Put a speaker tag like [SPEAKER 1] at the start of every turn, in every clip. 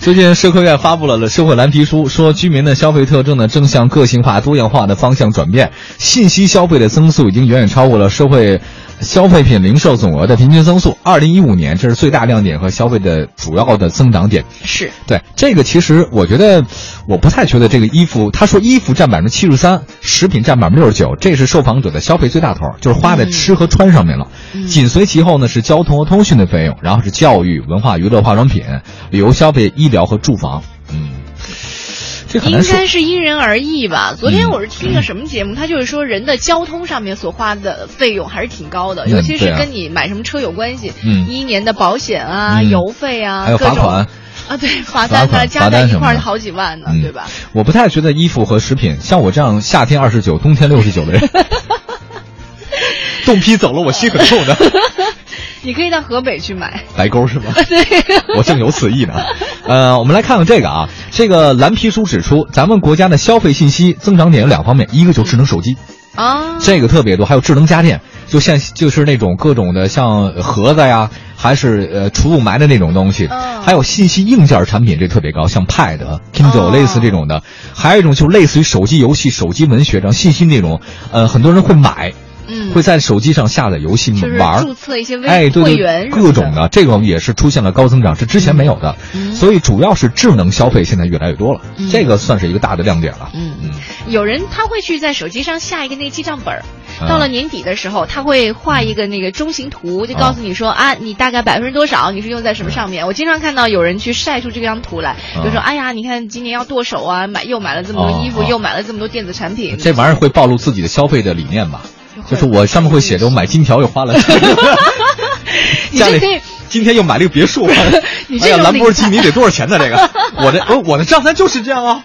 [SPEAKER 1] 最近社科院发布了社会蓝皮书，说居民的消费特征呢正向个性化、多样化的方向转变，信息消费的增速已经远远超过了社会消费品零售总额的平均增速。二零一五年这是最大亮点和消费的主要的增长点。
[SPEAKER 2] 是
[SPEAKER 1] 对这个，其实我觉得我不太觉得这个衣服，他说衣服占百分之七十三，食品占百分之六十九，这是受访者的消费最大头，就是花在吃和穿上面了。
[SPEAKER 2] 嗯
[SPEAKER 1] 紧随其后呢是交通和通讯的费用，然后是教育、文化娱乐、化妆品、旅游消费、医疗和住房。嗯，这很
[SPEAKER 2] 应
[SPEAKER 1] 难说。
[SPEAKER 2] 该是因人而异吧。昨天
[SPEAKER 1] 嗯
[SPEAKER 2] 我是听一个什么节目，他就是说人的交通上面所花的费用还是挺高的，
[SPEAKER 1] 嗯
[SPEAKER 2] 尤其是
[SPEAKER 1] 对啊
[SPEAKER 2] 跟你买什么车有关系。
[SPEAKER 1] 嗯
[SPEAKER 2] 你一年的保险啊、
[SPEAKER 1] 嗯
[SPEAKER 2] 油费啊，
[SPEAKER 1] 还有
[SPEAKER 2] 各
[SPEAKER 1] 罚
[SPEAKER 2] 种
[SPEAKER 1] 款。
[SPEAKER 2] 啊，对，罚
[SPEAKER 1] 罚
[SPEAKER 2] 单啊，
[SPEAKER 1] 款
[SPEAKER 2] 加
[SPEAKER 1] 罚
[SPEAKER 2] 在
[SPEAKER 1] 单
[SPEAKER 2] 一
[SPEAKER 1] 什么
[SPEAKER 2] 块儿
[SPEAKER 1] 的
[SPEAKER 2] 好几万呢，
[SPEAKER 1] 嗯
[SPEAKER 2] 对吧？
[SPEAKER 1] 我不太觉得衣服和食品，像我这样夏天二十九、冬天六十九的 人，冻批走了，我心很痛的。
[SPEAKER 2] 你可以到河北去买。
[SPEAKER 1] 白沟是吗？对， 我正有此意呢。呃，我们来看看这个啊，这个蓝皮书指出，咱们国家的消费信息增长点有两方面，一个就是智能手机，
[SPEAKER 2] 啊，
[SPEAKER 1] 这个特别多，还有智能家电，就像就是那种各种的像盒子呀，还是呃储雾霾的那种东西，
[SPEAKER 2] 嗯
[SPEAKER 1] 还有信息硬件产品这特别高，像 Pad 啊、Kindle
[SPEAKER 2] 哦
[SPEAKER 1] 类似这种的，还有一种就类似于手机游戏、手机文学，然后信息那种，呃，很多人会买，
[SPEAKER 2] 嗯，
[SPEAKER 1] 会在手机上下载游戏
[SPEAKER 2] 就是
[SPEAKER 1] 玩儿。
[SPEAKER 2] 注册一些微
[SPEAKER 1] 哎，对
[SPEAKER 2] 会
[SPEAKER 1] 对，
[SPEAKER 2] 员
[SPEAKER 1] 各种的，这个也是出现了高增长，是之前没有的。
[SPEAKER 2] 嗯
[SPEAKER 1] 所以主要是智能消费现在越来越多了，
[SPEAKER 2] 嗯
[SPEAKER 1] 这个算是一个大的亮点了。
[SPEAKER 2] 嗯
[SPEAKER 1] 嗯，
[SPEAKER 2] 有人他会去在手机上下一个那个记账本儿，
[SPEAKER 1] 嗯
[SPEAKER 2] 到了年底的时候，他会画一个那个中型图，就告诉你
[SPEAKER 1] 哦
[SPEAKER 2] 说啊，你大概百分之多少，你是用在什么上面。我经常看到有人去晒出这张图来，
[SPEAKER 1] 嗯
[SPEAKER 2] 就说哎呀，你看今年要剁手啊，买又买了这么多衣服，
[SPEAKER 1] 哦哦
[SPEAKER 2] 又买了这么多电子产品，
[SPEAKER 1] 呃这玩意儿会暴露自己的消费的理念吧？就
[SPEAKER 2] 会
[SPEAKER 1] 是我上面会写着我买金条又花了 这个，
[SPEAKER 2] 你
[SPEAKER 1] 家
[SPEAKER 2] 这
[SPEAKER 1] 里
[SPEAKER 2] 可以
[SPEAKER 1] 今天又买了个别墅，
[SPEAKER 2] 你
[SPEAKER 1] 哎
[SPEAKER 2] 这
[SPEAKER 1] 呀，
[SPEAKER 2] 种
[SPEAKER 1] 兰博
[SPEAKER 2] 理
[SPEAKER 1] 基
[SPEAKER 2] 财
[SPEAKER 1] 尼得多少钱呢？这个，我的我我的账单就是这样 啊，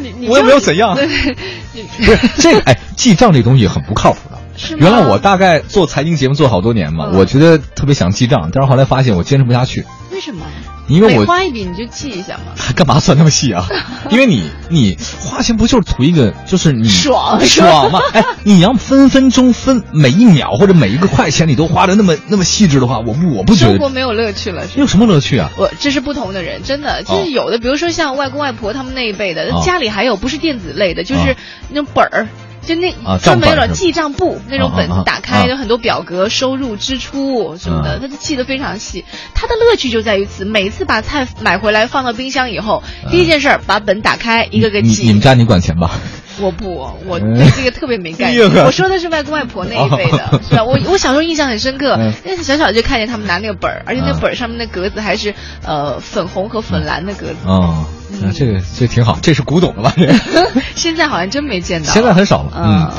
[SPEAKER 2] 你你
[SPEAKER 1] 我也
[SPEAKER 2] 就
[SPEAKER 1] 没有怎样
[SPEAKER 2] 对对你
[SPEAKER 1] 不是这个，哎，记账这东西很不靠谱的。
[SPEAKER 2] 是吗
[SPEAKER 1] 原来我大概做财经节目做好多年嘛，
[SPEAKER 2] 嗯
[SPEAKER 1] 我觉得特别想记账，但是后来发现我坚持不下去，
[SPEAKER 2] 为什么？
[SPEAKER 1] 因为
[SPEAKER 2] 每
[SPEAKER 1] 我
[SPEAKER 2] 花一笔你就记一下嘛。
[SPEAKER 1] 还 干嘛算那么细 啊？因为你你花钱不就是图一个就是你
[SPEAKER 2] 爽
[SPEAKER 1] 爽吗？哎，你要分分钟分每一秒或者每一个块钱你都花的那么那么细致的话，我不我不觉
[SPEAKER 2] 生
[SPEAKER 1] 得
[SPEAKER 2] 活没有乐趣了，是吧
[SPEAKER 1] 有什么乐趣啊？
[SPEAKER 2] 我这是不同的人，真的就
[SPEAKER 1] 哦
[SPEAKER 2] 是有的，比如说像外公外婆他们那一辈的，
[SPEAKER 1] 哦
[SPEAKER 2] 家里还有不是电子类的，就是
[SPEAKER 1] 啊
[SPEAKER 2] 那种本儿。就那
[SPEAKER 1] 啊
[SPEAKER 2] 专门
[SPEAKER 1] 账本是
[SPEAKER 2] 有点
[SPEAKER 1] 吧
[SPEAKER 2] 记账簿那种本
[SPEAKER 1] 啊啊
[SPEAKER 2] 子
[SPEAKER 1] 啊，
[SPEAKER 2] 打
[SPEAKER 1] 啊
[SPEAKER 2] 开有很多表格、收入、支出什么的，
[SPEAKER 1] 嗯
[SPEAKER 2] 他就记得非常细。他的乐趣就在于此，每次把菜买回来放到冰箱以后，第一件事儿把本打开，一个个
[SPEAKER 1] 嗯你你
[SPEAKER 2] 记
[SPEAKER 1] 们。家你管钱吧？
[SPEAKER 2] 我不，
[SPEAKER 1] 嗯
[SPEAKER 2] 我对这个特别敏感
[SPEAKER 1] 哎呦。呵
[SPEAKER 2] 我说的是外公外婆那一辈
[SPEAKER 1] 哦
[SPEAKER 2] 的，是吧？我我小时候印象很深刻
[SPEAKER 1] 嗯，
[SPEAKER 2] 因为小小就看见他们拿那个本儿，而且那
[SPEAKER 1] 嗯
[SPEAKER 2] 本儿上面的格子还是呃粉红和粉蓝的格子。
[SPEAKER 1] 哦，那
[SPEAKER 2] 嗯
[SPEAKER 1] 这个这挺好，这是古董了吧？这个
[SPEAKER 2] 现在好像真没见到。
[SPEAKER 1] 嗯现在很少了。
[SPEAKER 2] 嗯
[SPEAKER 1] 嗯，